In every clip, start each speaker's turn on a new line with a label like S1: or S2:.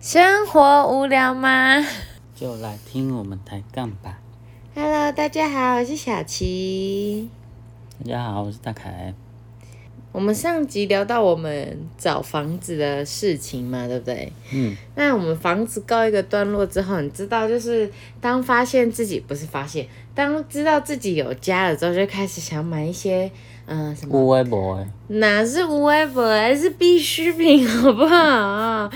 S1: 生活无聊吗
S2: 就来听我们抬杠吧。
S1: ？Hello，大家好，我是小琪。
S2: 大家好，我是大凯。
S1: 我们上集聊到我们找房子的事情嘛，对不对？
S2: 嗯，
S1: 那我们房子告一个段落之后，你知道，就是当发现自己不是发现，当知道自己有家了之后，就开始想买一些，嗯、什么
S2: 乌微博诶，
S1: 哪是无微不还是必需品， 好不好？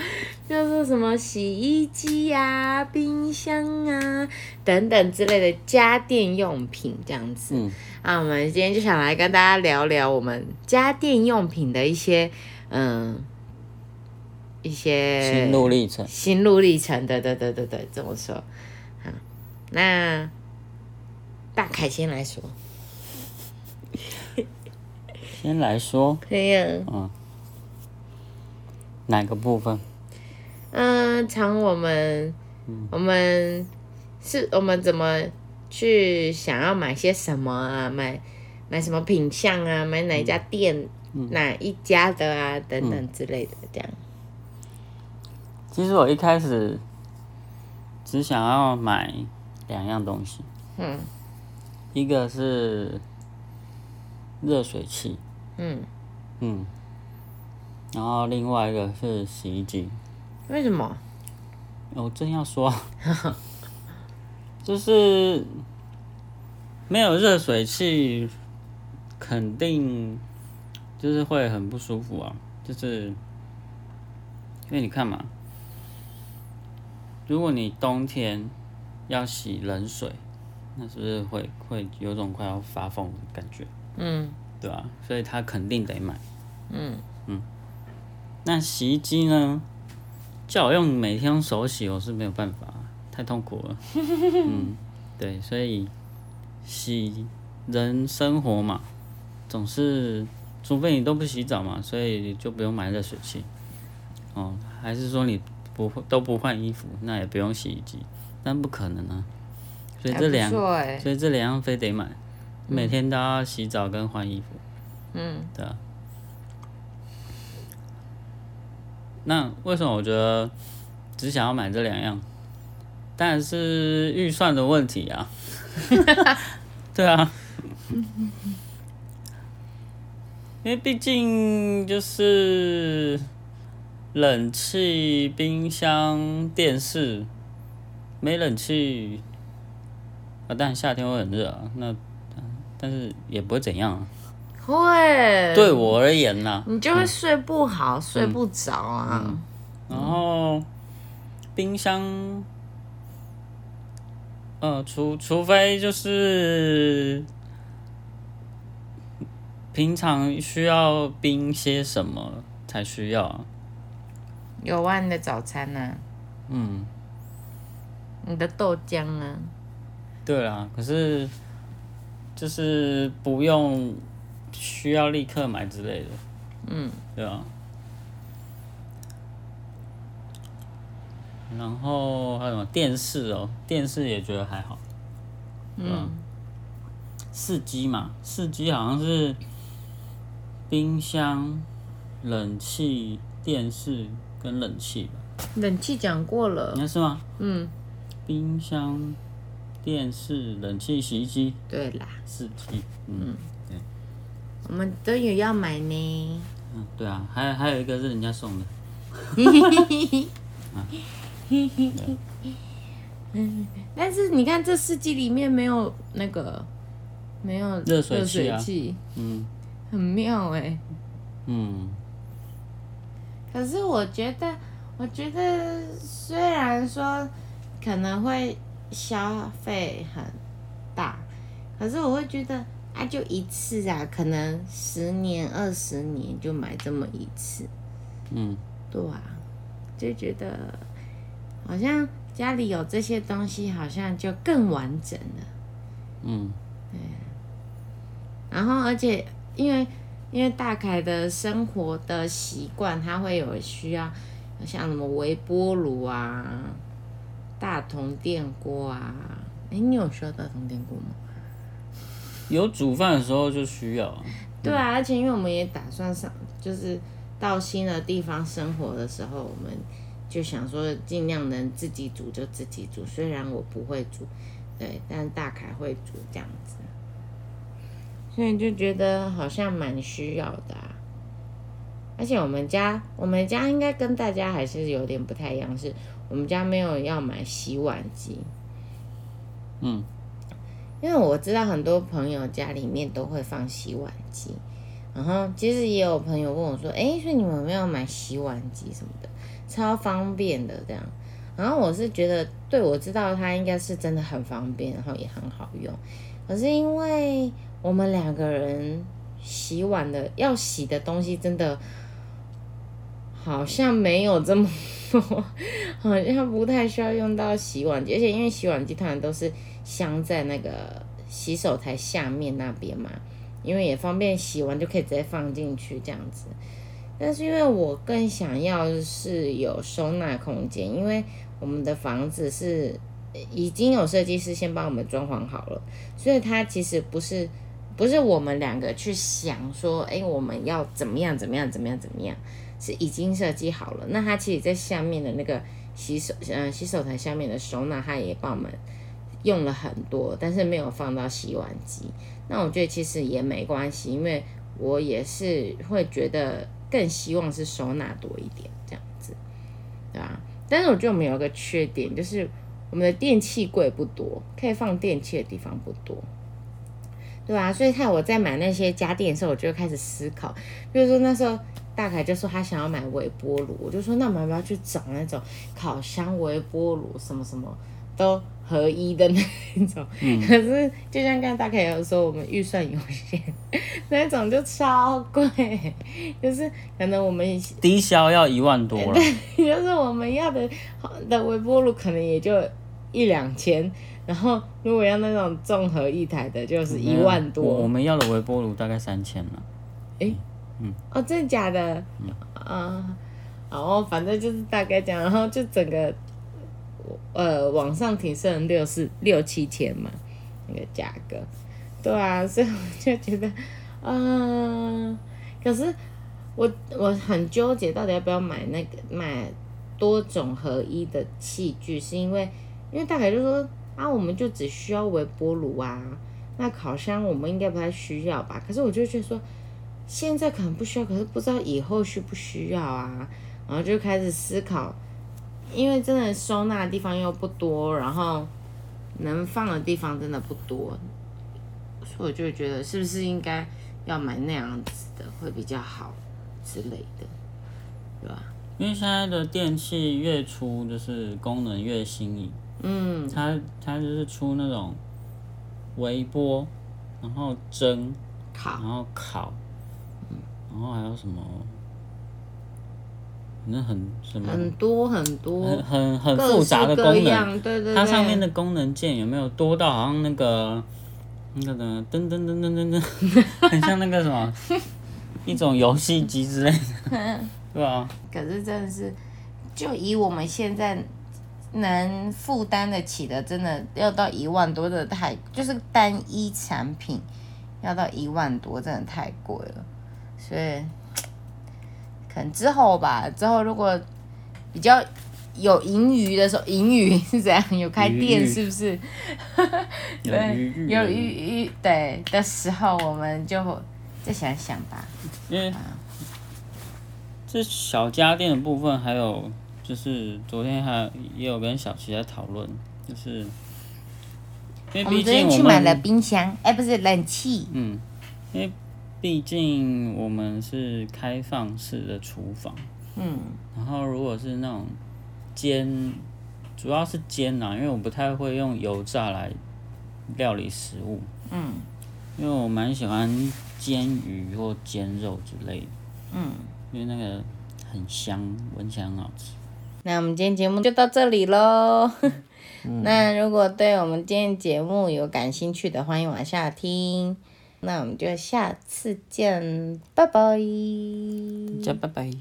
S1: 就是什么洗衣机呀、冰箱啊等等之类的家电用品这样子。
S2: 嗯，
S1: 啊，我们今天就想来跟大家聊聊我们家电用品的一些，嗯，一些
S2: 心路历程。
S1: 心路历程。对对对对对，这么说。好，那大凯先来说。
S2: 先来说，
S1: 可以啊。
S2: 嗯，哪个部分？
S1: 嗯，常我们，我们是我们怎么去想要买些什么啊？买买什么品相啊？买哪一家店、哪一家的啊？等等之类的，这样。
S2: 其实我一开始只想要买两样东西，
S1: 嗯
S2: 一个是热水器，
S1: 嗯，
S2: 嗯，然后另外一个是洗衣机。
S1: 为什么？
S2: 哦我正要说，啊就是没有热水器，肯定就是会很不舒服啊。就是因为你看嘛，如果你冬天要洗冷水，那是不是会会有种快要发疯的感觉？
S1: 嗯
S2: 对吧、啊所以他肯定得买。
S1: 嗯
S2: 那洗衣机呢？叫我用每天用手洗，我是没有办法，太痛苦了。嗯，对，所以洗人生活嘛，总是除非你都不洗澡嘛，所以就不用买热水器。哦，还是说你不会都不换衣服，那也不用洗衣机，但不可能啊。所以这两
S1: 还不嗯错欸
S2: 所以这两样非得买，每天都要洗澡跟换衣服。
S1: 嗯
S2: 对啊。那为什么我觉得只想要买这两样？当然是预算的问题啊。 对啊，因为毕竟就是冷气、冰箱、电视，没冷气啊，但夏天会很热啊。那但是也不会怎样、啊。
S1: 会，
S2: 对我而言呐、
S1: 你就会睡不好、睡不着啊。
S2: 嗯然后冰箱，呃，除除非就是平常需要冰些什么才需要、啊，
S1: 有啊，你的早餐呢、啊？
S2: 嗯，
S1: 你的豆浆啊？
S2: 对啦，可是就是不用需要立刻买之类的，
S1: 嗯
S2: 对啊。然后还有什么电视哦，电视也觉得还好。啊
S1: 嗯
S2: 四 G 嘛，四 G 好像是冰箱、冷气、电视跟冷气吧？
S1: 冷气讲过了
S2: 应。该是吗？
S1: 嗯，
S2: 冰箱、电视、冷气、洗衣机，
S1: 对啦，
S2: 四 G。嗯
S1: 我们都有要买呢。
S2: 嗯，对啊，还有还有一个是人家送的。
S1: 但是你看这四季里面没有那个没有
S2: 热水器啊
S1: 器
S2: 嗯
S1: 很妙哎、
S2: 嗯，
S1: 可是我觉得，我觉得虽然说可能会消费很大，可是我会觉得啊，就一次啊，可能十年、二十年就买这么一次，
S2: 嗯，
S1: 对啊，就觉得好像家里有这些东西，好像就更完整了。
S2: 嗯，
S1: 然后而且因为因为大凯的生活的习惯，他会有需要像什么微波炉啊、大同电锅啊。哎，你有需要大同电锅吗？
S2: 有煮饭的时候就需要啊。
S1: 对啊，而且因为我们也打算上，就是到新的地方生活的时候，我们就想说尽量能自己煮就自己煮，虽然我不会煮，对，但大凯会煮这样子，所以就觉得好像蛮需要的、啊。而且我们家，我们家应该跟大家还是有点不太一样，是我们家没有要买洗碗机，
S2: 嗯，
S1: 因为我知道很多朋友家里面都会放洗碗机，然后其实也有朋友问我说：“哎，所以你们有没有买洗碗机什么的，超方便的这样。”然后我是觉得，对我知道它应该是真的很方便，然后也很好用。可是因为我们两个人洗碗的要洗的东西真的好像没有这么多， 好像不太需要用到洗碗机，而且因为洗碗机通常都是镶在那个洗手台下面那边嘛，因为也方便洗完就可以直接放进去这样子。但是因为我更想要是有收纳空间，因为我们的房子是呃已经有设计师先帮我们装潢好了，所以它其实不是不是我们两个去想说，哎，我们要怎么样怎么样怎么样怎么样，是已经设计好了。那它其实在下面的那个洗手呃洗手台下面的收纳，它也帮我们用了很多，但是没有放到洗碗机。那我觉得其实也没关系，因为我也是会觉得更希望是收纳多一点这样子，对啊。但是我觉得我们有一个缺点，就是我们的电器柜不多，可以放电器的地方不多，对啊。所以看我在买那些家电的时候，我就开始思考，比如说那时候。大凯就说他想要买微波炉，我就说那我们要不要去找那种烤箱、微波炉什么什么都合一的那种？可是就像刚刚大凯有说，我们预算有限，那种就超贵，就是可能我们
S2: 低消要一万多了，
S1: 就是我们要的的微波炉可能也就一两千，然后如果要那种综合一台的，就是 一万
S2: 我我
S1: 多。
S2: 们要的微波炉大概三千了，
S1: 哦，真的假的？啊、然后反正就是大概这样，然后就整个呃往上提升六四六七千嘛，那个价格。对啊，所以我就觉得，嗯、可是我我很纠结，到底要不要买那个买多种合一的器具，是因为因为大概就说啊，我们就只需要微波炉啊，那烤箱我们应该不太需要吧？可是我就觉得说，现在可能不需要，可是不知道以后需不需要啊，然后就开始思考，因为真的收纳的地方又不多，然后能放的地方真的不多，所以我就会觉得是不是应该要买那样子的会比较好之类的，对吧？
S2: 因为现在的电器越出就是功能越新颖，
S1: 嗯
S2: 它它就是出那种微波，然后蒸，然
S1: 好，
S2: 后烤，然后还有什么，反正很什么
S1: 很多很多
S2: 很，嗯很很
S1: 各
S2: 复
S1: 式
S2: 杂的
S1: 各
S2: 功能，
S1: 样，对对对，
S2: 它上面的功能键有没有多到好像那个那个呢？噔噔噔噔噔噔， 很像那个什 么一种游戏机之类的，对吧、
S1: 可是真的是，就以我们现在能负担得起的，真的要到一万多真的太，就是单一产品要到一万多，真的太贵了。所以可能之后吧，之后如果比较有盈余的时候，盈余是怎样？有开
S2: 余
S1: 店
S2: 裕
S1: 是不是？
S2: 有
S1: 对
S2: 余裕
S1: 有余余对的时候，我们就再想想吧。
S2: 因
S1: 哎
S2: 为这小家电的部分，还有就是昨天还也有跟小齐在讨论，就是因为
S1: 我
S2: 毕
S1: 们昨
S2: 竟
S1: 天
S2: 我
S1: 去买
S2: 们
S1: 了冰箱，哎，不是冷气。
S2: 嗯，因为毕竟我们是开放式的厨房，
S1: 嗯。
S2: 然后如果是那种煎，主要是煎啊，因为我不太会用油炸来料理食物，
S1: 嗯
S2: 因为我蛮喜欢煎鱼或煎肉之类的，
S1: 嗯，
S2: 因为那个很香，闻起来很好吃。
S1: 那我们今天节目就到这里喽。 那如果对我们今天节目有感兴趣的，欢迎往下听。那我们就下次见，拜拜。
S2: 大家拜拜。